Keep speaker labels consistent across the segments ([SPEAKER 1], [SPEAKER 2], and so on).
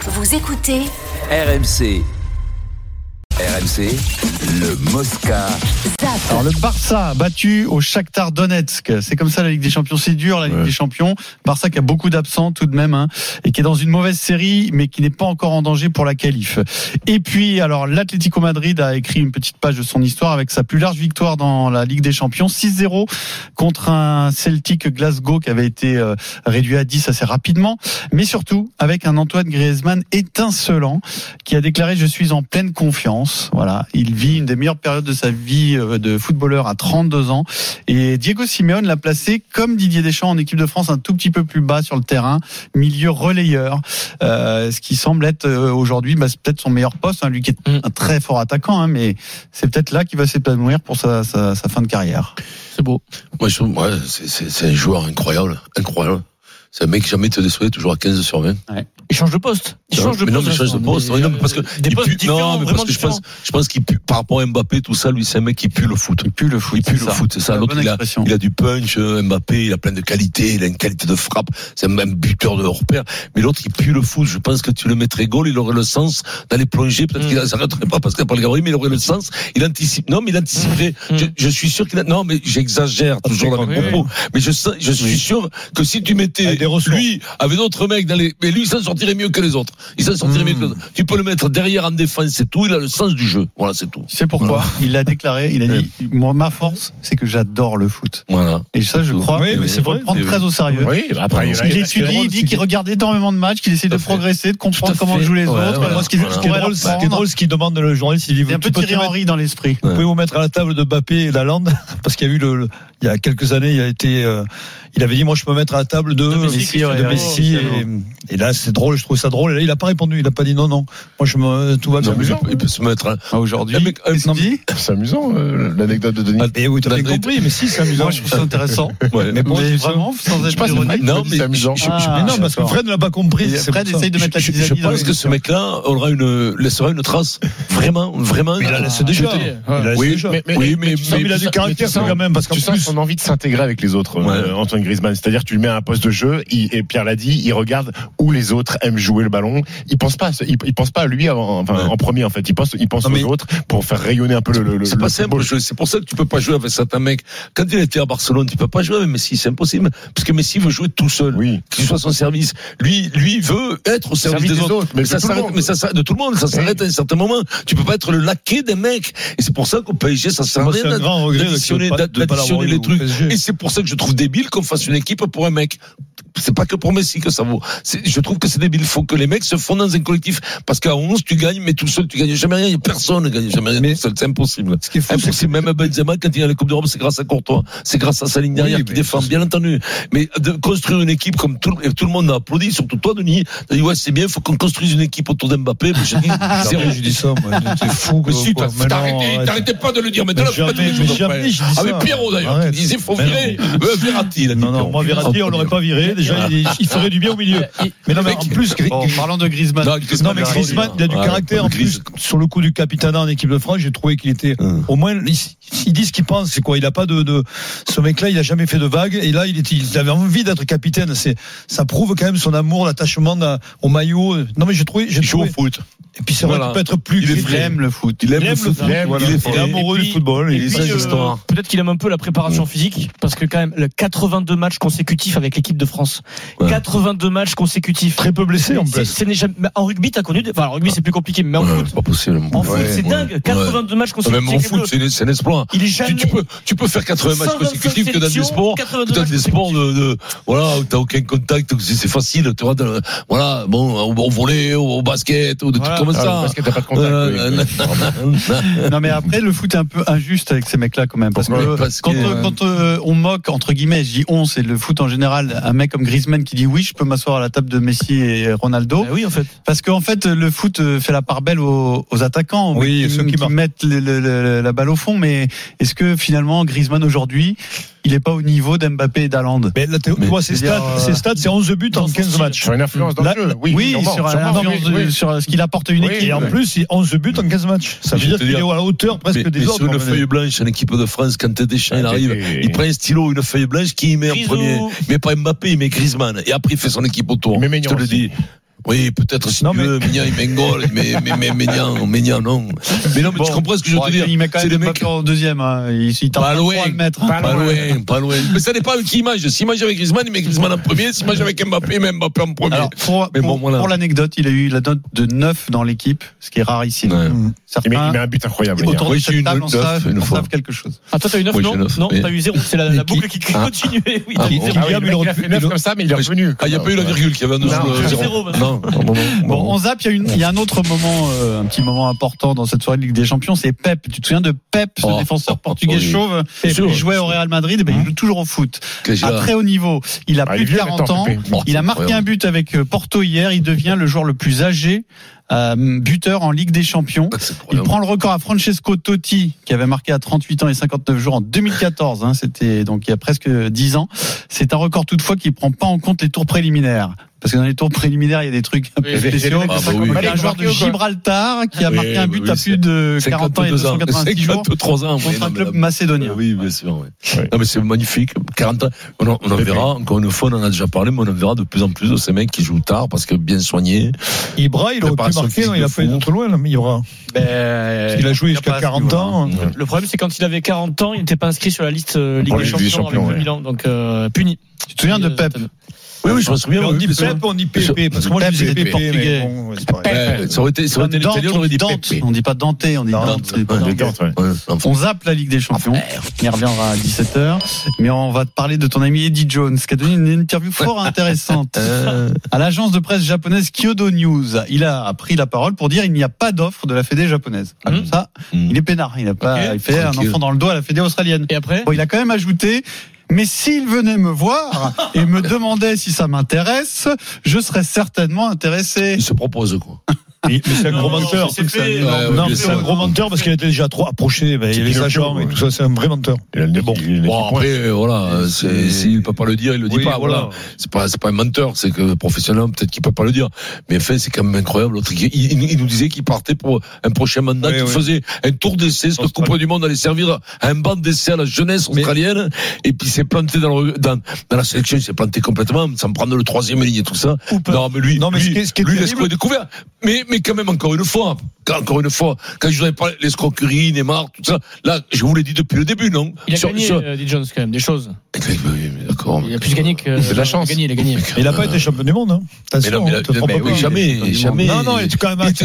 [SPEAKER 1] Vous écoutez
[SPEAKER 2] RMC. RMC, le Mosca.
[SPEAKER 1] ZAP.
[SPEAKER 3] Alors le Barça battu au Shakhtar Donetsk, c'est comme ça la Ligue des Champions, c'est dur la Ligue
[SPEAKER 4] Ouais.
[SPEAKER 3] des Champions. Barça qui a beaucoup d'absents tout de même hein, et qui est dans une mauvaise série mais qui n'est pas encore en danger pour la qualif. Et puis alors l'Atlético Madrid a écrit une petite page de son histoire avec sa plus large victoire dans la Ligue des Champions 6-0 contre un Celtic Glasgow qui avait été euh, réduit à 10 assez rapidement, mais surtout avec un Antoine Griezmann étincelant qui a déclaré je suis en pleine confiance. Voilà, il vit une des meilleures périodes de sa vie euh, de footballeur à 32 ans et Diego Simeone l'a placé comme Didier Deschamps en équipe de France un tout petit peu plus bas sur le terrain, milieu relayeur, euh, ce qui semble être euh, aujourd'hui bah, c'est peut-être son meilleur poste, hein, lui qui est
[SPEAKER 5] Mm.
[SPEAKER 3] un très fort attaquant, hein, mais c'est peut-être là qu'il va s'épanouir pour sa, sa- sa fin de carrière.
[SPEAKER 5] C'est beau.
[SPEAKER 4] Moi, je trouve, ouais, c'est- c'est c'est un joueur incroyable, incroyable. C'est un mec qui jamais te déçoit, toujours à 15 sur 20.
[SPEAKER 5] Il change de poste. Il change de
[SPEAKER 4] mais non,
[SPEAKER 5] poste.
[SPEAKER 4] mais il change de
[SPEAKER 5] Vincent.
[SPEAKER 4] poste.
[SPEAKER 5] Mais,
[SPEAKER 4] Ouais, non,
[SPEAKER 5] euh,
[SPEAKER 4] mais parce que
[SPEAKER 5] des
[SPEAKER 4] il
[SPEAKER 5] postes
[SPEAKER 4] pue-
[SPEAKER 5] différents,
[SPEAKER 4] non, mais
[SPEAKER 5] vraiment
[SPEAKER 4] parce que je pense,
[SPEAKER 5] différents.
[SPEAKER 4] je pense qu'il pue, par rapport à Mbappé, tout ça, lui, c'est un mec qui pue le foot.
[SPEAKER 3] Il pue le foot.
[SPEAKER 4] Il pue
[SPEAKER 3] c'est
[SPEAKER 4] le
[SPEAKER 3] ça.
[SPEAKER 4] foot, c'est ça.
[SPEAKER 3] La
[SPEAKER 4] L'autre,
[SPEAKER 3] bonne
[SPEAKER 4] il a,
[SPEAKER 3] expression.
[SPEAKER 4] il a du punch, euh, Mbappé, il a plein de qualités, il a une qualité de frappe, c'est un même buteur de hors pair. Mais l'autre, il pue le foot. Je pense que tu le mettrais goal, il aurait le sens d'aller plonger. Peut-être
[SPEAKER 5] Mm.
[SPEAKER 4] qu'il s'arrêterait pas parce qu'il a pas le gabarit, mais il aurait le sens. Il anticipe. Non, mais il anticiperait.
[SPEAKER 5] Mm.
[SPEAKER 4] Je, je suis sûr qu'il a, non, mais j'exagère toujours dans mes
[SPEAKER 5] oui,
[SPEAKER 4] propos. Mais je, sais- je suis sûr que si tu mettais lui avec d'autres mecs dans les, mais lui, il s'en sortirait mieux que les autres. Il s'en sortirait mieux que les autres. Tu peux le mettre derrière en défense, c'est tout. Il a le sens du jeu. Voilà, c'est tout.
[SPEAKER 3] Tu sais pourquoi Il l'a déclaré, il a dit Moi, ma force, c'est que j'adore le foot.
[SPEAKER 4] Voilà.
[SPEAKER 3] Et ça, je crois,
[SPEAKER 4] Oui, mais
[SPEAKER 3] il
[SPEAKER 4] c'est
[SPEAKER 3] faut
[SPEAKER 4] vrai,
[SPEAKER 3] le prendre
[SPEAKER 4] c'est
[SPEAKER 3] très
[SPEAKER 4] vrai.
[SPEAKER 3] au sérieux.
[SPEAKER 6] Oui, bah après, il y en a-
[SPEAKER 3] Il
[SPEAKER 6] il y en a-
[SPEAKER 3] étudie, il dit qu'il regarde énormément de matchs, qu'il essaie de
[SPEAKER 4] Tout à fait.
[SPEAKER 3] progresser, de comprendre
[SPEAKER 4] Tout à
[SPEAKER 3] comment
[SPEAKER 4] fait.
[SPEAKER 3] jouent les
[SPEAKER 4] Ouais,
[SPEAKER 3] autres.
[SPEAKER 4] voilà.
[SPEAKER 3] Moi, ce qui
[SPEAKER 4] Voilà.
[SPEAKER 3] ce qui est drôle,
[SPEAKER 7] Ce qui est drôle, ce qu'il demande le journaliste, il dit
[SPEAKER 3] c'est un
[SPEAKER 7] vous-
[SPEAKER 3] peu
[SPEAKER 7] tu peux
[SPEAKER 3] Thierry
[SPEAKER 7] te mettre-
[SPEAKER 3] Henry dans l'esprit.
[SPEAKER 7] Vous pouvez vous mettre à la table de Mbappé et Lalande parce qu'il y a eu le, le- il y a quelques années, il a été, euh, il avait dit moi je peux me mettre à la table de,
[SPEAKER 5] De Messi,
[SPEAKER 3] Cristiano
[SPEAKER 7] de Messi,
[SPEAKER 3] Ronaldo.
[SPEAKER 7] et, et là c'est drôle, je trouve ça drôle. Et là il a pas répondu, il a pas dit non non, moi je me tout va bien.
[SPEAKER 4] Non, mais il peut- il peut se mettre. à-
[SPEAKER 3] Aujourd'hui,
[SPEAKER 4] Un mec- un-
[SPEAKER 3] qu'est-ce qu'il
[SPEAKER 4] non, mais-
[SPEAKER 3] dit
[SPEAKER 6] C'est amusant, euh, l'anecdote de Denis.
[SPEAKER 7] Et eh oui, t'as bien
[SPEAKER 4] Madrid.
[SPEAKER 7] compris, mais si c'est amusant.
[SPEAKER 3] Moi, je trouve ça intéressant.
[SPEAKER 4] Ouais.
[SPEAKER 3] Mais
[SPEAKER 7] bon, c'est ça.
[SPEAKER 3] vraiment, sans
[SPEAKER 6] Je sais
[SPEAKER 3] être
[SPEAKER 6] pas, c'est
[SPEAKER 3] ironique.
[SPEAKER 6] Mike
[SPEAKER 4] Non,
[SPEAKER 6] qui
[SPEAKER 4] mais
[SPEAKER 6] dit c'est amusant.
[SPEAKER 3] je- je-
[SPEAKER 7] Mais non, parce que
[SPEAKER 3] d'accord.
[SPEAKER 7] Fred ne l'a pas compris.
[SPEAKER 3] Et
[SPEAKER 7] c'est
[SPEAKER 3] Fred
[SPEAKER 7] pour ça.
[SPEAKER 3] essaye de mettre la
[SPEAKER 4] Je, je
[SPEAKER 3] tisanie dans
[SPEAKER 4] pense que ce mec-là aura une, laissera une trace. Vraiment, vraiment.
[SPEAKER 7] Mais il a laissé déjà.
[SPEAKER 6] Ouais.
[SPEAKER 7] Il a laissé
[SPEAKER 4] Oui,
[SPEAKER 7] déjà.
[SPEAKER 6] mais-
[SPEAKER 4] oui, mais,
[SPEAKER 7] Tu sens qu'il a
[SPEAKER 6] tu
[SPEAKER 7] du
[SPEAKER 6] sens-
[SPEAKER 7] caractère
[SPEAKER 6] mais tu sens-
[SPEAKER 7] quand même parce qu'en
[SPEAKER 6] Tu sens
[SPEAKER 7] plus
[SPEAKER 6] son envie de s'intégrer avec les autres, euh,
[SPEAKER 4] Ouais.
[SPEAKER 6] Antoine Griezmann. C'est-à-dire, tu le mets à un poste de jeu, il- et Pierre l'a dit, il regarde où les autres aiment jouer le ballon. Il pense pas, à ce- il, il pense pas à lui avant- enfin,
[SPEAKER 4] Ouais.
[SPEAKER 6] en premier, en fait. Il pense, il pense
[SPEAKER 4] Non, mais-
[SPEAKER 6] aux autres pour faire rayonner un peu le, le, le-
[SPEAKER 4] C'est pas
[SPEAKER 6] le
[SPEAKER 4] simple.
[SPEAKER 6] football.
[SPEAKER 4] je- C'est pour ça que tu peux pas jouer avec certains mecs. Quand il était à Barcelone, tu peux pas jouer avec Messi. C'est impossible. Parce que Messi veut jouer tout seul.
[SPEAKER 6] Oui.
[SPEAKER 4] Qu'il soit son service. Lui, lui veut être au service, des, autres. Mais,
[SPEAKER 6] de
[SPEAKER 4] ça
[SPEAKER 6] tout le
[SPEAKER 4] s'arrête,
[SPEAKER 6] monde.
[SPEAKER 4] mais ça s'arrête de tout le monde. Ça s'arrête à un certain moment. Tu peux pas être le laquais des mecs. Et c'est pour ça qu'au PSG, ça sert à
[SPEAKER 7] moi,
[SPEAKER 4] rien
[SPEAKER 7] c'est un
[SPEAKER 4] d'ad-
[SPEAKER 7] grand regret de-
[SPEAKER 4] d'additionner
[SPEAKER 7] de pas- de pas
[SPEAKER 4] d'additionner
[SPEAKER 7] l'avoir eu
[SPEAKER 4] les
[SPEAKER 7] au
[SPEAKER 4] trucs.
[SPEAKER 7] PSG.
[SPEAKER 4] Et c'est pour ça que je trouve débile qu'on fasse une équipe pour un mec. C'est pas que pour Messi que ça vaut. C'est- Je trouve que c'est débile. Il faut que les mecs se fondent dans un collectif. Parce qu'à 11, tu gagnes, mais tout seul, tu gagnes jamais rien. Il y a Personne ne gagne jamais rien
[SPEAKER 7] Mais-
[SPEAKER 4] tout seul. C'est impossible.
[SPEAKER 7] ce qui est fou, c'est que-
[SPEAKER 4] Impossible. Même à Benzema, quand il a la Coupe d'Europe, c'est grâce à Courtois. C'est grâce à sa ligne derrière
[SPEAKER 7] Oui,
[SPEAKER 4] qui
[SPEAKER 7] mais-
[SPEAKER 4] défend, bien entendu. Mais de construire une équipe comme tout, le- et tout le monde a applaudi, surtout toi, Denis. T'as dit, ouais, c'est bien, faut qu'on construise une équipe autour d'Mbappé. Mais j'ai dit,
[SPEAKER 7] Non,
[SPEAKER 4] zéro.
[SPEAKER 7] mais je dis ça, moi. T'es fou,
[SPEAKER 4] Mais si,
[SPEAKER 7] quoi.
[SPEAKER 4] t'as-
[SPEAKER 7] Mais non,
[SPEAKER 4] t'arrêtais
[SPEAKER 7] arrête.
[SPEAKER 4] t'arrêtais pas de le dire. Mais t'as
[SPEAKER 7] Mais
[SPEAKER 4] la- pas tous
[SPEAKER 7] jamais,
[SPEAKER 4] les jours
[SPEAKER 7] mais
[SPEAKER 4] après.
[SPEAKER 7] jamais, je dis
[SPEAKER 4] Ah,
[SPEAKER 7] ça.
[SPEAKER 4] mais Pierrot, d'ailleurs, il
[SPEAKER 7] Arrête.
[SPEAKER 4] disait, faut
[SPEAKER 7] Mais
[SPEAKER 4] virer euh, Verratti. il a dit
[SPEAKER 7] Non, non,
[SPEAKER 4] Pierrot.
[SPEAKER 7] moi, Verratti, on l'aurait pas viré. Déjà, il, il ferait du bien au milieu. Mais non, mais en plus, Gri-
[SPEAKER 3] Bon, en parlant de Griezmann,
[SPEAKER 4] Non, Griezmann,
[SPEAKER 7] non, mais Griezmann, il a du
[SPEAKER 4] Ouais,
[SPEAKER 7] caractère. En
[SPEAKER 4] Gris-
[SPEAKER 7] plus, sur le coup du capitana en équipe de France, j'ai trouvé qu'il était,
[SPEAKER 4] Hum.
[SPEAKER 7] au moins, il, il dit ce qu'il pense. C'est quoi? Il a pas de, de, ce mec-là, il a jamais fait de vague. Et là, il était, il avait envie d'être capitaine. C'est, ça prouve quand même son amour, l'attachement à- au maillot. euh, Non, mais j'ai trouvé, j'ai
[SPEAKER 4] Il joue au
[SPEAKER 7] trouvé.
[SPEAKER 4] foot.
[SPEAKER 7] Et puis, c'est vrai
[SPEAKER 4] Voilà.
[SPEAKER 7] qu'il peut être plus
[SPEAKER 4] Il est
[SPEAKER 3] il
[SPEAKER 4] vrai.
[SPEAKER 3] aime le foot.
[SPEAKER 4] Il aime
[SPEAKER 7] Il
[SPEAKER 4] le
[SPEAKER 7] aime le
[SPEAKER 4] foot.
[SPEAKER 7] foot.
[SPEAKER 6] aime,
[SPEAKER 7] voilà.
[SPEAKER 4] il est
[SPEAKER 7] Il est
[SPEAKER 4] vrai.
[SPEAKER 7] amoureux
[SPEAKER 5] Et
[SPEAKER 7] du
[SPEAKER 5] puis-
[SPEAKER 7] football.
[SPEAKER 4] Et
[SPEAKER 7] Il-
[SPEAKER 4] puis,
[SPEAKER 7] ça,
[SPEAKER 4] euh,
[SPEAKER 7] j'espère.
[SPEAKER 4] histoire.
[SPEAKER 5] Peut-être qu'il aime un peu la
[SPEAKER 4] Mm.
[SPEAKER 5] préparation physique, parce que quand même, le 82 matchs consécutifs avec l'équipe de France.
[SPEAKER 4] Ouais.
[SPEAKER 5] 82 matchs consécutifs.
[SPEAKER 7] Très peu blessé, en
[SPEAKER 5] C'est-
[SPEAKER 7] plus.
[SPEAKER 5] ce n'est jamais- mais En rugby, t'as connu. des- Enfin, en rugby, c'est plus compliqué, mais en
[SPEAKER 4] Ouais,
[SPEAKER 5] foot.
[SPEAKER 4] c'est pas possible.
[SPEAKER 6] Ah,
[SPEAKER 5] En foot, c'est
[SPEAKER 4] Ouais, ouais.
[SPEAKER 5] dingue. 82 matchs
[SPEAKER 4] Ouais. Même en
[SPEAKER 5] consécutifs.
[SPEAKER 4] Ah, foot, c'est c'est un exploit.
[SPEAKER 5] Il est
[SPEAKER 4] Tu,
[SPEAKER 5] jamais.
[SPEAKER 4] tu peux, tu peux faire 80 matchs
[SPEAKER 5] 125
[SPEAKER 4] consécutifs que dans des
[SPEAKER 5] sélections,
[SPEAKER 4] sports,
[SPEAKER 5] 82
[SPEAKER 4] que dans des
[SPEAKER 5] matchs
[SPEAKER 4] sports de, de- voilà, où t'as aucun contact, où c'est c'est facile, tu vois, de- voilà, bon, au, au volley, au, au basket, ou des
[SPEAKER 3] Voilà.
[SPEAKER 4] trucs comme
[SPEAKER 6] Ah,
[SPEAKER 4] ça.
[SPEAKER 6] parce que t'as pas de contact.
[SPEAKER 4] Euh,
[SPEAKER 6] oui.
[SPEAKER 3] Non mais après le foot est un peu injuste avec ces mecs-là quand même parce que,
[SPEAKER 4] Ouais,
[SPEAKER 3] euh,
[SPEAKER 4] parce
[SPEAKER 3] quand,
[SPEAKER 4] que-
[SPEAKER 3] euh, quand, euh, on moque entre guillemets, je dis on, c'est le foot en général, un mec comme Griezmann qui dit oui, je peux m'asseoir à la table de Messi et Ronaldo
[SPEAKER 5] Bah oui, en fait.
[SPEAKER 3] parce qu'en fait le foot euh, fait la part belle aux, aux attaquants, aux
[SPEAKER 7] Oui,
[SPEAKER 3] mecs
[SPEAKER 7] ceux qui marquent.
[SPEAKER 3] mettent le- le- le- la balle au fond, mais est-ce que finalement Griezmann aujourd'hui, il n'est pas au niveau d'Mbappé et d'Haaland
[SPEAKER 7] Mais là, t'es- tu vois, ces
[SPEAKER 3] je veux
[SPEAKER 7] stats,
[SPEAKER 3] dire, euh,
[SPEAKER 7] ces stats, c'est 11 buts en
[SPEAKER 5] dans son
[SPEAKER 7] 15
[SPEAKER 5] style.
[SPEAKER 7] matchs.
[SPEAKER 6] Sur une influence dans
[SPEAKER 7] Là-
[SPEAKER 6] le jeu. Oui,
[SPEAKER 3] Oui,
[SPEAKER 6] sûrement,
[SPEAKER 3] sur
[SPEAKER 6] sûrement,
[SPEAKER 3] l'influence
[SPEAKER 6] oui,
[SPEAKER 3] de-
[SPEAKER 6] oui.
[SPEAKER 3] sur ce qu'il apporte à une
[SPEAKER 6] Oui,
[SPEAKER 3] équipe.
[SPEAKER 7] Et en plus, il 11 buts en 15 matchs. Ça
[SPEAKER 4] Je
[SPEAKER 7] veut
[SPEAKER 4] vais
[SPEAKER 7] dire
[SPEAKER 4] te
[SPEAKER 7] qu'il
[SPEAKER 4] dire-
[SPEAKER 7] est à la hauteur presque
[SPEAKER 4] mais- mais
[SPEAKER 7] des autres.
[SPEAKER 4] sur une
[SPEAKER 7] quand même.
[SPEAKER 4] feuille blanche, en équipe de France, quand Deschamps il
[SPEAKER 6] Ah,
[SPEAKER 4] arrive,
[SPEAKER 6] t'es-
[SPEAKER 4] il prend un stylo, une feuille blanche, qui y met en
[SPEAKER 5] Grisou.
[SPEAKER 4] premier. Mais pas Mbappé, il met Griezmann. Et après, il fait son équipe autour.
[SPEAKER 6] Il met
[SPEAKER 4] Je te
[SPEAKER 6] Maignan
[SPEAKER 4] le
[SPEAKER 6] aussi.
[SPEAKER 4] dis. Oui, peut-être si
[SPEAKER 7] Non,
[SPEAKER 4] tu
[SPEAKER 7] mais-
[SPEAKER 4] veux, Mignan, il m'engole, mais, mais, mais, Mignan, Mignan, non. Mais non, mais tu
[SPEAKER 3] Bon.
[SPEAKER 4] comprends ce que je
[SPEAKER 3] Bon,
[SPEAKER 4] veux te dire.
[SPEAKER 3] Il met quand
[SPEAKER 4] C'est
[SPEAKER 3] même
[SPEAKER 4] des
[SPEAKER 3] le
[SPEAKER 4] mecs- Bah,
[SPEAKER 3] papier en deuxième. hein. Il, il tente pas
[SPEAKER 4] Pas loin.
[SPEAKER 3] trop à le mettre. hein.
[SPEAKER 4] Pas, loin, pas loin. Mais ça dépend avec qui il mange. S'il mange avec Griezmann, il met Griezmann en premier. S'il mange avec Mbappé, il met Mbappé en premier.
[SPEAKER 3] Alors, pour,
[SPEAKER 4] Mais bon,
[SPEAKER 3] pour-
[SPEAKER 4] voilà.
[SPEAKER 3] pour l'anecdote, il a eu la note de 9 dans l'équipe, ce qui est rare ici.
[SPEAKER 4] Ouais.
[SPEAKER 6] Il met,
[SPEAKER 4] Ah.
[SPEAKER 3] Certains,
[SPEAKER 6] il met un but incroyable. Mignan.
[SPEAKER 3] autour
[SPEAKER 4] Oui,
[SPEAKER 3] de
[SPEAKER 4] j'ai eu
[SPEAKER 3] cette
[SPEAKER 4] une
[SPEAKER 3] table,
[SPEAKER 4] note
[SPEAKER 3] en
[SPEAKER 4] de neuf,
[SPEAKER 3] savent
[SPEAKER 4] une
[SPEAKER 3] en
[SPEAKER 4] fois.
[SPEAKER 3] savent quelque chose.
[SPEAKER 5] Ah, toi, t'as eu 9,
[SPEAKER 4] Oui,
[SPEAKER 5] non
[SPEAKER 4] j'ai neuf,
[SPEAKER 5] Non,
[SPEAKER 4] oui.
[SPEAKER 5] t'as eu 0. C'est la, la
[SPEAKER 4] Mais
[SPEAKER 5] boucle
[SPEAKER 4] qui-
[SPEAKER 5] qui, continue. Oui, t'as
[SPEAKER 4] Ah,
[SPEAKER 5] eu zéro.
[SPEAKER 4] bon.
[SPEAKER 6] Ah
[SPEAKER 7] il
[SPEAKER 6] oui, le mec,
[SPEAKER 7] aurait
[SPEAKER 6] il a
[SPEAKER 7] pu-
[SPEAKER 6] fait neuf
[SPEAKER 7] il
[SPEAKER 6] comme ça, mais il est revenu.
[SPEAKER 4] Ah, il n'y a pas eu la virgule qui avait un
[SPEAKER 6] Non,
[SPEAKER 4] euh,
[SPEAKER 5] zéro,
[SPEAKER 4] zéro.
[SPEAKER 5] maintenant.
[SPEAKER 4] Non, non, non, non.
[SPEAKER 3] Bon, on zappe, il y a une- il y, a un autre moment, euh, un petit moment important dans cette soirée de Ligue des Champions, c'est Pep. Tu te souviens de Pep, ce
[SPEAKER 4] Oh,
[SPEAKER 3] défenseur
[SPEAKER 4] oh,
[SPEAKER 3] portugais
[SPEAKER 4] oui.
[SPEAKER 3] chauve
[SPEAKER 4] Bien sûr.
[SPEAKER 3] Il jouait au Real Madrid, et ben, il joue toujours au foot.
[SPEAKER 4] Que j'ai-
[SPEAKER 3] À très haut niveau. Il a
[SPEAKER 6] Ah, il
[SPEAKER 3] plus
[SPEAKER 6] est
[SPEAKER 3] de
[SPEAKER 6] vieux,
[SPEAKER 3] 40
[SPEAKER 6] attends,
[SPEAKER 3] ans.
[SPEAKER 6] Pépé.
[SPEAKER 4] Oh,
[SPEAKER 3] Il a marqué un
[SPEAKER 4] incroyable.
[SPEAKER 3] but avec euh, Porto hier. Il devient le joueur le plus âgé euh, buteur en Ligue des Champions.
[SPEAKER 4] Ah, c'est
[SPEAKER 3] Il
[SPEAKER 4] incroyable.
[SPEAKER 3] prend le record à Francesco Totti, qui avait marqué à 38 ans et 59 jours en 2014. hein, C'était donc il y a presque 10 ans. C'est un record toutefois qui prend pas en compte les tours préliminaires. Parce que dans les tours préliminaires, il y a des trucs un peu
[SPEAKER 6] Oui,
[SPEAKER 3] spéciaux.
[SPEAKER 6] c'est-
[SPEAKER 4] Ah, bah
[SPEAKER 3] Il
[SPEAKER 4] oui.
[SPEAKER 3] y a un joueur de Gibraltar qui a
[SPEAKER 4] Oui,
[SPEAKER 3] marqué un
[SPEAKER 4] oui,
[SPEAKER 3] but
[SPEAKER 4] oui,
[SPEAKER 3] à
[SPEAKER 4] c'est-
[SPEAKER 3] plus de 40 ans et
[SPEAKER 4] 52 ans.
[SPEAKER 3] 286 jours
[SPEAKER 4] 53 ans. oui,
[SPEAKER 3] contre un
[SPEAKER 4] non, mais
[SPEAKER 3] club
[SPEAKER 4] là-
[SPEAKER 3] macédonien.
[SPEAKER 4] Oui, bien sûr. oui.
[SPEAKER 6] Ouais.
[SPEAKER 4] Non, mais c'est magnifique. 40 ans. On en, on en verra, encore une fois, on en a déjà parlé, mais on en verra de plus en plus de ces mecs qui jouent tard parce que bien soignés.
[SPEAKER 7] Ibra, il aurait pu
[SPEAKER 4] Préparation
[SPEAKER 7] marquer, non,
[SPEAKER 4] physique
[SPEAKER 7] il a
[SPEAKER 4] de
[SPEAKER 7] fait
[SPEAKER 4] fou.
[SPEAKER 7] trop loin, là, mais Ibra.
[SPEAKER 3] Ben,
[SPEAKER 7] Il a joué
[SPEAKER 3] il y a pas
[SPEAKER 7] jusqu'à
[SPEAKER 3] à ce
[SPEAKER 7] 40
[SPEAKER 3] niveau-là,
[SPEAKER 7] ans.
[SPEAKER 4] Ouais.
[SPEAKER 5] Le problème, c'est quand il avait 40 ans, il n'était pas inscrit sur la liste euh, Ligue
[SPEAKER 6] Pour
[SPEAKER 5] des
[SPEAKER 6] la Ligue
[SPEAKER 5] Champions,
[SPEAKER 6] des
[SPEAKER 5] avec
[SPEAKER 6] Champions,
[SPEAKER 5] le Milan, donc euh, puni.
[SPEAKER 3] Tu te souviens de
[SPEAKER 5] Euh,
[SPEAKER 3] Pep
[SPEAKER 5] Zlatan.
[SPEAKER 4] Oui, oui, je me souviens.
[SPEAKER 7] on
[SPEAKER 4] oui,
[SPEAKER 7] dit
[SPEAKER 4] bien sûr.
[SPEAKER 7] Pep, on dit Pépé, parce que moi je
[SPEAKER 3] Pep,
[SPEAKER 7] disais
[SPEAKER 3] c'était
[SPEAKER 7] Pépé, mais
[SPEAKER 3] portugais.
[SPEAKER 7] bon, ouais, c'est pareil.
[SPEAKER 4] Ouais, ça aurait été, ça aurait été
[SPEAKER 3] Dante,
[SPEAKER 4] l'italien, on
[SPEAKER 3] on
[SPEAKER 4] aurait
[SPEAKER 3] dit
[SPEAKER 4] dit
[SPEAKER 3] Dante.
[SPEAKER 4] Pepe.
[SPEAKER 3] On dit pas Dante, on dit Dante.
[SPEAKER 4] Dante,
[SPEAKER 6] Il est dedans, ouais.
[SPEAKER 4] Ouais, en France.
[SPEAKER 3] On zappe la Ligue des
[SPEAKER 4] Ah,
[SPEAKER 3] Champions. On y reviendra à 17h. Mais on va te parler de ton ami Eddie Jones, qui a donné une interview fort intéressante
[SPEAKER 4] Euh,
[SPEAKER 3] à l'agence de presse japonaise Kyodo News. Il a pris la parole pour dire il n'y a pas d'offre de la Fédé japonaise. Ah, comme ça,
[SPEAKER 4] hmm.
[SPEAKER 3] il est peinard. Il a pas
[SPEAKER 5] Ok.
[SPEAKER 3] il fait un
[SPEAKER 4] Tranquille.
[SPEAKER 3] enfant dans le dos à la Fédé australienne.
[SPEAKER 5] Et après
[SPEAKER 3] Bon, il a quand même ajouté. Mais s'il venait me voir et me demandait si ça m'intéresse, je serais certainement intéressé.
[SPEAKER 4] Il se propose, quoi.
[SPEAKER 7] Mais c'est un
[SPEAKER 5] Non,
[SPEAKER 7] gros
[SPEAKER 5] non,
[SPEAKER 7] menteur.
[SPEAKER 5] c'est fait.
[SPEAKER 4] Ouais, ouais,
[SPEAKER 7] Non,
[SPEAKER 4] bien
[SPEAKER 7] mais c'est un
[SPEAKER 4] sûr.
[SPEAKER 7] gros menteur parce qu'il a été déjà trop approché. ben, Il y
[SPEAKER 6] C'est
[SPEAKER 7] avait les
[SPEAKER 6] Pinocchio,
[SPEAKER 7] agents et
[SPEAKER 6] ouais.
[SPEAKER 7] tout ça, c'est un vrai menteur.
[SPEAKER 6] Il a le neuf-
[SPEAKER 7] Bon.
[SPEAKER 6] il a le neuf
[SPEAKER 4] Bon,
[SPEAKER 6] points.
[SPEAKER 4] après, euh, voilà, c'est- s'il ne peut pas le dire, il le dit pas, voilà. C'est pas, c'est pas un menteur, c'est que professionnel, peut-être qu'il peut pas le dire. Mais en fait, c'est quand même incroyable. l'autre. Il, il- il nous disait qu'il partait pour un prochain mandat,
[SPEAKER 7] Oui,
[SPEAKER 4] qu'il
[SPEAKER 7] oui.
[SPEAKER 4] faisait un tour d'essai, cette
[SPEAKER 7] Australie.
[SPEAKER 4] Coupe du Monde allait servir à un banc d'essai à la jeunesse australienne. Et puis, il s'est planté dans, le- dans, dans la sélection, il s'est planté complètement, sans prendre le troisième ligne et tout ça. Non, mais lui,
[SPEAKER 7] Non, mais
[SPEAKER 4] lui,
[SPEAKER 7] ce qui est- ce qui est
[SPEAKER 4] lui,
[SPEAKER 7] terrible-
[SPEAKER 4] l'escroc est découvert. Mais, mais quand même, encore une fois, quand- encore une fois, quand je vous avais parlé, l'escroquerie, Neymar, tout ça, là, je vous l'ai dit depuis le début, non?
[SPEAKER 5] Il a
[SPEAKER 4] Sur-
[SPEAKER 5] gagné,
[SPEAKER 4] sur-
[SPEAKER 5] euh, Eddie Jones, quand même, des choses.
[SPEAKER 4] Oui, mais d'accord.
[SPEAKER 5] Il a plus gagné que.
[SPEAKER 6] C'est de la chance.
[SPEAKER 5] Il a gagné, il a gagné.
[SPEAKER 7] Et Il n'a pas été champion du monde. Hein.
[SPEAKER 4] Mais non,
[SPEAKER 7] Attention,
[SPEAKER 4] mais,
[SPEAKER 7] hein, te
[SPEAKER 4] mais-
[SPEAKER 7] trompe
[SPEAKER 4] mais
[SPEAKER 7] pas.
[SPEAKER 4] oui, jamais, jamais.
[SPEAKER 7] Non, non, il est quand même
[SPEAKER 4] Il était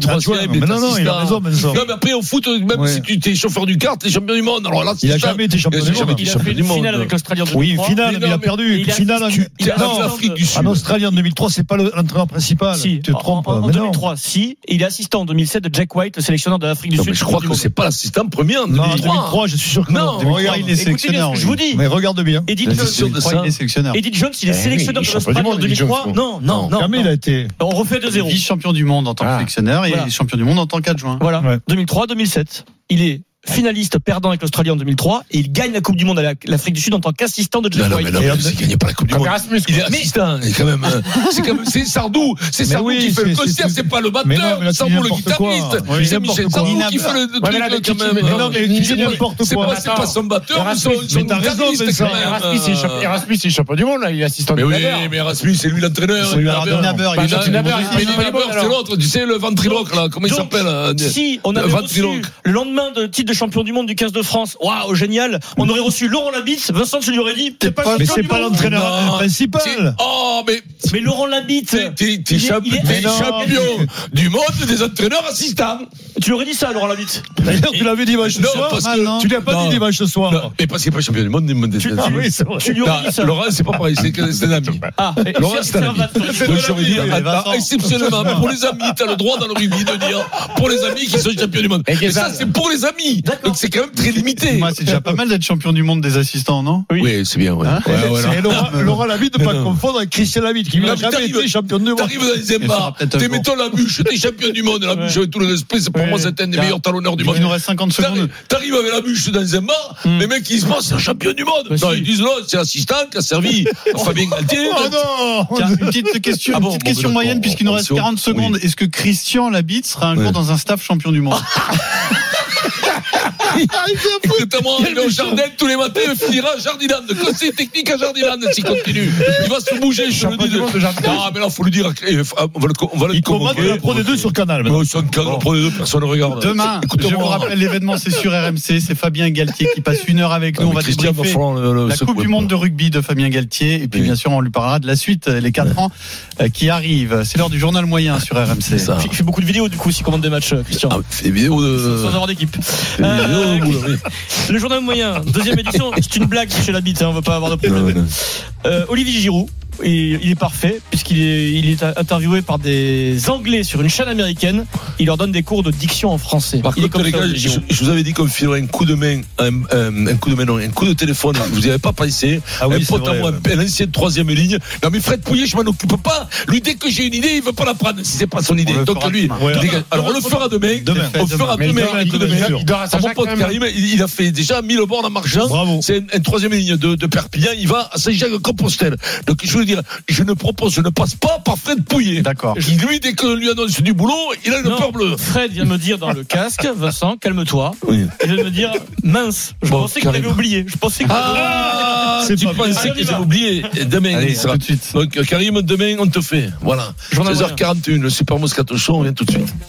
[SPEAKER 4] second, troisième,
[SPEAKER 7] adjoint. Mais
[SPEAKER 4] il est
[SPEAKER 7] non, non, il a
[SPEAKER 4] assistant.
[SPEAKER 7] raison, Benson.
[SPEAKER 4] Non, mais après, au foot, même
[SPEAKER 7] Ouais.
[SPEAKER 4] si tu es chauffeur du kart, t'es champion du monde. Alors là,
[SPEAKER 7] Il n'a
[SPEAKER 4] c'est ça.
[SPEAKER 7] jamais été champion
[SPEAKER 4] Il a
[SPEAKER 7] du
[SPEAKER 4] jamais
[SPEAKER 7] monde.
[SPEAKER 4] été
[SPEAKER 5] Il a
[SPEAKER 4] champion
[SPEAKER 5] fait
[SPEAKER 4] du
[SPEAKER 5] une
[SPEAKER 4] monde.
[SPEAKER 5] finale avec l'Australien en
[SPEAKER 7] Oui,
[SPEAKER 5] 2003.
[SPEAKER 7] finale,
[SPEAKER 4] Mais
[SPEAKER 7] mais il
[SPEAKER 4] non,
[SPEAKER 7] a
[SPEAKER 4] mais
[SPEAKER 7] perdu.
[SPEAKER 5] il a-
[SPEAKER 7] Finale
[SPEAKER 4] Tu-
[SPEAKER 7] en-
[SPEAKER 4] t'es
[SPEAKER 7] Non,
[SPEAKER 4] en Afrique du Sud.
[SPEAKER 7] en Ah, Australie en 2003, c'est pas le- l'entraîneur principal.
[SPEAKER 5] Si,
[SPEAKER 7] Tu te
[SPEAKER 5] en-
[SPEAKER 7] trompes.
[SPEAKER 4] hein,
[SPEAKER 5] En, en
[SPEAKER 7] mais non.
[SPEAKER 5] 2003, si. Et il est assistant en 2007 de Jack White, le sélectionneur de l'Afrique du
[SPEAKER 4] Non,
[SPEAKER 5] Sud.
[SPEAKER 4] mais je crois
[SPEAKER 5] du
[SPEAKER 4] que
[SPEAKER 5] monde.
[SPEAKER 4] c'est pas l'assistant premier en
[SPEAKER 7] Non, en
[SPEAKER 4] 2003.
[SPEAKER 7] 2003, je suis sûr que non.
[SPEAKER 4] Non,
[SPEAKER 7] Regarde,
[SPEAKER 3] il est
[SPEAKER 5] Écoutez bien
[SPEAKER 3] sélectionneur.
[SPEAKER 5] ce que je vous
[SPEAKER 3] oui.
[SPEAKER 5] dis.
[SPEAKER 7] Mais regarde bien.
[SPEAKER 5] Eddie
[SPEAKER 4] La
[SPEAKER 5] Jones,
[SPEAKER 4] décision de
[SPEAKER 3] Je crois
[SPEAKER 4] ça.
[SPEAKER 3] qu'il est sélectionneur.
[SPEAKER 5] Eddie Jones, il est
[SPEAKER 6] Eh oui,
[SPEAKER 5] sélectionneur
[SPEAKER 6] il
[SPEAKER 5] de
[SPEAKER 6] est champion du
[SPEAKER 5] l'Australie en
[SPEAKER 6] monde, Eddie
[SPEAKER 5] 2003.
[SPEAKER 6] Jones,
[SPEAKER 5] Non, non, non.
[SPEAKER 7] Jamais il a été.
[SPEAKER 5] On refait de zéro.
[SPEAKER 3] Vice-champion du monde en tant que
[SPEAKER 6] Ah.
[SPEAKER 3] sélectionneur et
[SPEAKER 5] Voilà.
[SPEAKER 3] champion du monde en tant qu'adjoint.
[SPEAKER 5] Voilà.
[SPEAKER 7] Ouais.
[SPEAKER 5] 2003-2007. Il est finaliste perdant avec l'Australie en 2003 et il gagne la Coupe du Monde à la- l'Afrique du Sud en tant qu'assistant de
[SPEAKER 4] Non,
[SPEAKER 5] Jack
[SPEAKER 4] non, mais
[SPEAKER 5] White.
[SPEAKER 4] non, mais il gagnait pas la Coupe du Monde. Il est assistant. et quand même, euh, C'est quand même, c'est Sardou. C'est
[SPEAKER 7] Mais
[SPEAKER 4] Sardou
[SPEAKER 7] oui,
[SPEAKER 4] qui fait le
[SPEAKER 7] c'est-
[SPEAKER 4] concert,
[SPEAKER 7] c'est-
[SPEAKER 4] c'est pas le
[SPEAKER 7] Mais non,
[SPEAKER 4] batteur.
[SPEAKER 7] mais là, tu dis
[SPEAKER 4] Sardou, le
[SPEAKER 7] n'importe
[SPEAKER 4] guitariste.
[SPEAKER 7] quoi. Oui,
[SPEAKER 4] C'est Michel
[SPEAKER 7] n'importe quoi.
[SPEAKER 4] Sardou
[SPEAKER 7] Ouais,
[SPEAKER 4] qui fait le truc quand même.
[SPEAKER 7] Mais non, mais tu dis n'importe
[SPEAKER 4] C'est
[SPEAKER 7] quoi.
[SPEAKER 4] pas, c'est pas son batteur, mais son, son
[SPEAKER 7] mais t'as raison,
[SPEAKER 4] guitariste,
[SPEAKER 7] Vincent.
[SPEAKER 4] quand même.
[SPEAKER 1] Erasmus, il est champ- Erasmus, il est champion du monde, là, il est assistant
[SPEAKER 4] Mais
[SPEAKER 1] du
[SPEAKER 4] oui,
[SPEAKER 1] Bayern.
[SPEAKER 4] mais Erasmus, c'est lui l'entraîneur.
[SPEAKER 3] C'est lui
[SPEAKER 4] Naber.
[SPEAKER 3] l'entraîneur,
[SPEAKER 7] Ah,
[SPEAKER 3] il est
[SPEAKER 4] Naber,
[SPEAKER 3] champion du
[SPEAKER 4] Naber,
[SPEAKER 1] monde.
[SPEAKER 4] il fait
[SPEAKER 1] Naber,
[SPEAKER 4] Naber, c'est
[SPEAKER 1] alors.
[SPEAKER 4] l'autre, tu sais, le ventriloque, là. Comment il
[SPEAKER 5] Donc,
[SPEAKER 4] s'appelle euh,
[SPEAKER 5] Si on avait
[SPEAKER 4] Vingt
[SPEAKER 5] reçu
[SPEAKER 4] Trilogue.
[SPEAKER 5] le lendemain de titre de champion du monde du 15 de France, waouh, génial, on aurait reçu Laurent Labitte, Vincent, tu lui aurais dit, t'es pas,
[SPEAKER 7] Mais
[SPEAKER 5] champion
[SPEAKER 7] c'est
[SPEAKER 5] du
[SPEAKER 7] pas
[SPEAKER 5] monde.
[SPEAKER 4] Non.
[SPEAKER 7] l'entraîneur
[SPEAKER 4] C'est-
[SPEAKER 7] principal.
[SPEAKER 4] Oh, mais
[SPEAKER 5] Mais Laurent Labitte,
[SPEAKER 4] t'es- t'es
[SPEAKER 5] il
[SPEAKER 4] t'es
[SPEAKER 5] est-
[SPEAKER 4] champ-
[SPEAKER 5] il est-
[SPEAKER 4] t'es
[SPEAKER 5] Mais non.
[SPEAKER 4] champion du monde des entraîneurs assistants.
[SPEAKER 5] tu lui aurais dit ça, Laurent Labitte.
[SPEAKER 7] D'ailleurs, tu l'avais dimanche
[SPEAKER 4] Non,
[SPEAKER 7] soir.
[SPEAKER 4] parce que-
[SPEAKER 7] maintenant. Tu l'as pas
[SPEAKER 4] Non.
[SPEAKER 7] dit dimanche
[SPEAKER 4] Non,
[SPEAKER 7] soir.
[SPEAKER 4] Mais parce qu'il n'est pas champion du monde des monde des
[SPEAKER 7] Ah
[SPEAKER 4] assistants.
[SPEAKER 7] Oh. oui, c'est vrai.
[SPEAKER 5] Tu lui aurais dit ça.
[SPEAKER 4] Ah, Laurent, c'est pas pareil, c'est que c'est un ami.
[SPEAKER 5] Ah, et-
[SPEAKER 4] Laurent,
[SPEAKER 5] c'est-
[SPEAKER 4] c'est
[SPEAKER 5] c'est
[SPEAKER 4] un
[SPEAKER 5] un
[SPEAKER 4] ami.
[SPEAKER 5] vaste-
[SPEAKER 4] Donc j'aurais dit,
[SPEAKER 3] oui,
[SPEAKER 4] attends,
[SPEAKER 3] Vincent.
[SPEAKER 4] exceptionnellement, pour les amis, t'as le droit dans le rugby de dire, pour les amis qui sont champions du monde.
[SPEAKER 1] Et
[SPEAKER 4] Et ça,
[SPEAKER 1] Guézard.
[SPEAKER 4] c'est pour les amis. Donc c'est quand même très limité.
[SPEAKER 3] Moi, c'est déjà pas mal d'être champion du monde des assistants, non
[SPEAKER 4] Oui, c'est bien, ouais.
[SPEAKER 3] Hein
[SPEAKER 4] Ouais, ouais, non.
[SPEAKER 7] Et Laurent- Laurent Lavitte, ne pas confondre avec Christian Lavitte, qui
[SPEAKER 4] Non,
[SPEAKER 7] n'a
[SPEAKER 4] mais
[SPEAKER 7] jamais
[SPEAKER 4] t'arrives-
[SPEAKER 7] été champion de monde.
[SPEAKER 4] T'arrives dans les ébats,
[SPEAKER 3] peut-être un
[SPEAKER 4] t'es
[SPEAKER 3] jour.
[SPEAKER 4] mettons la bûche, t'es champion du monde, la bûche avec tout le respect, c'est pour
[SPEAKER 7] Ouais.
[SPEAKER 4] moi c'est un des meilleurs talonneurs du
[SPEAKER 3] Il nous
[SPEAKER 4] monde.
[SPEAKER 3] reste 50
[SPEAKER 4] T'arrives
[SPEAKER 3] secondes.
[SPEAKER 4] t'arrives avec la bûche dans un bar,
[SPEAKER 3] Hmm.
[SPEAKER 4] les mecs ils se pensent c'est un champion du
[SPEAKER 3] Bah
[SPEAKER 4] monde. non, ils disent l'autre, c'est l'assistant qui a servi à Fabien Galtier.
[SPEAKER 7] Oh non
[SPEAKER 3] Tiens, une petite question,
[SPEAKER 4] Ah
[SPEAKER 3] une
[SPEAKER 4] bon,
[SPEAKER 3] petite
[SPEAKER 4] bon,
[SPEAKER 3] question
[SPEAKER 4] d'accord,
[SPEAKER 3] moyenne,
[SPEAKER 4] on-
[SPEAKER 3] puisqu'il nous
[SPEAKER 4] on
[SPEAKER 3] reste
[SPEAKER 4] se-
[SPEAKER 3] 40 secondes. Est-ce que Christian Labitte sera un jour dans un staff champion du monde
[SPEAKER 4] Notamment, il va au jardin tous les matins, il finira à Jardinande. Conseil technique à Jardinande s'il continue. Il va se bouger, je le dis. Non, mais là, faut lui dire, eh, on va le, on va le Euh,
[SPEAKER 7] Il combat de la Pro D2 sur Canal. maintenant.
[SPEAKER 4] Mais sur une cadre, prenez deux, personne ne regarde.
[SPEAKER 3] Demain, je
[SPEAKER 4] Écoutez-moi.
[SPEAKER 3] vous rappelle l'événement, c'est sur RMC. C'est Fabien Galtier qui passe une heure avec
[SPEAKER 4] Ah,
[SPEAKER 3] nous. On
[SPEAKER 4] mais
[SPEAKER 3] va
[SPEAKER 4] Christian, va
[SPEAKER 3] débriefer
[SPEAKER 4] falloir le- le
[SPEAKER 3] la
[SPEAKER 4] secouer.
[SPEAKER 3] Coupe du Monde de rugby de Fabien Galtier. Et puis,
[SPEAKER 4] Oui.
[SPEAKER 3] bien sûr, on lui parlera de la suite, euh, les 4 ans euh, qui arrivent. C'est l'heure du journal moyen sur RMC.
[SPEAKER 4] ça.
[SPEAKER 5] Il fait beaucoup de vidéos, du coup, s'il commande des matchs, euh, Christian.
[SPEAKER 4] Ah, euh. fais vidéo
[SPEAKER 5] Sans
[SPEAKER 4] de.
[SPEAKER 5] avoir d'équipe.
[SPEAKER 4] fais
[SPEAKER 5] Euh,
[SPEAKER 4] vidéo de boule, oui.
[SPEAKER 5] Le journal moyen, deuxième édition, c'est une blague chez la bite, hein, on va pas avoir de problème.
[SPEAKER 4] Non, non.
[SPEAKER 5] Euh, Olivier Giroud. Et il est parfait puisqu'il est, il est interviewé par des Anglais sur une chaîne américaine. Il leur donne des cours de diction en français.
[SPEAKER 4] Par
[SPEAKER 5] il est
[SPEAKER 4] contre, les
[SPEAKER 5] ça,
[SPEAKER 4] gars,
[SPEAKER 5] Olivier
[SPEAKER 4] je,
[SPEAKER 5] Giroud.
[SPEAKER 4] je vous avais dit qu'on filerait un coup de main, un, un- un coup de main, non, un coup de téléphone. Vous n'y avez pas pensé.
[SPEAKER 7] Ah oui,
[SPEAKER 4] un
[SPEAKER 7] c'est
[SPEAKER 4] pote à
[SPEAKER 7] vrai,
[SPEAKER 4] moi, un ancien de troisième ligne. Non, mais Fred Pouillet, je m'en occupe pas. Lui, dès que j'ai une idée, il veut pas la prendre. Si c'est pas son idée.
[SPEAKER 3] le
[SPEAKER 4] Donc
[SPEAKER 3] fera
[SPEAKER 4] lui,
[SPEAKER 3] demain.
[SPEAKER 7] Ouais.
[SPEAKER 4] dégage. alors on le fera demain.
[SPEAKER 7] Demain.
[SPEAKER 4] On
[SPEAKER 3] Demain.
[SPEAKER 4] fera
[SPEAKER 6] Mais
[SPEAKER 4] demain
[SPEAKER 6] demain,
[SPEAKER 4] un coup de
[SPEAKER 6] il-
[SPEAKER 4] main.
[SPEAKER 6] il dort à
[SPEAKER 4] Ah, Mon
[SPEAKER 6] Saint-Jacques,
[SPEAKER 4] pote
[SPEAKER 6] quand même.
[SPEAKER 4] Karim, il il a fait déjà 1000 bornes en marchant.
[SPEAKER 7] Bravo.
[SPEAKER 4] C'est un, un troisième ligne de, de Perpignan. Il va à Saint-Jacques-Compostelle. Donc je veux dire, je ne propose, je ne passe pas par Fred Pouillet.
[SPEAKER 3] D'accord.
[SPEAKER 4] Qui, Lui, dès qu'on lui annonce du boulot, il a une
[SPEAKER 5] Non,
[SPEAKER 4] peur bleue.
[SPEAKER 5] Fred vient me dire dans le casque, Vincent, calme-toi.
[SPEAKER 4] Oui.
[SPEAKER 5] Il vient de me dire, mince, je
[SPEAKER 4] Bon,
[SPEAKER 5] pensais que t'avais
[SPEAKER 4] carrément.
[SPEAKER 5] oublié. Je pensais que
[SPEAKER 4] Ah,
[SPEAKER 7] C'est
[SPEAKER 4] tu
[SPEAKER 7] pas
[SPEAKER 4] pensais
[SPEAKER 5] bien.
[SPEAKER 4] que j'ai oublié. Et Demain,
[SPEAKER 3] Allez,
[SPEAKER 4] il sera.
[SPEAKER 3] à tout de suite.
[SPEAKER 4] Donc, Karim, demain, on te fait. Voilà.
[SPEAKER 5] Journal moyen.
[SPEAKER 4] 16h41, le Super Moscato Show, on vient tout de suite.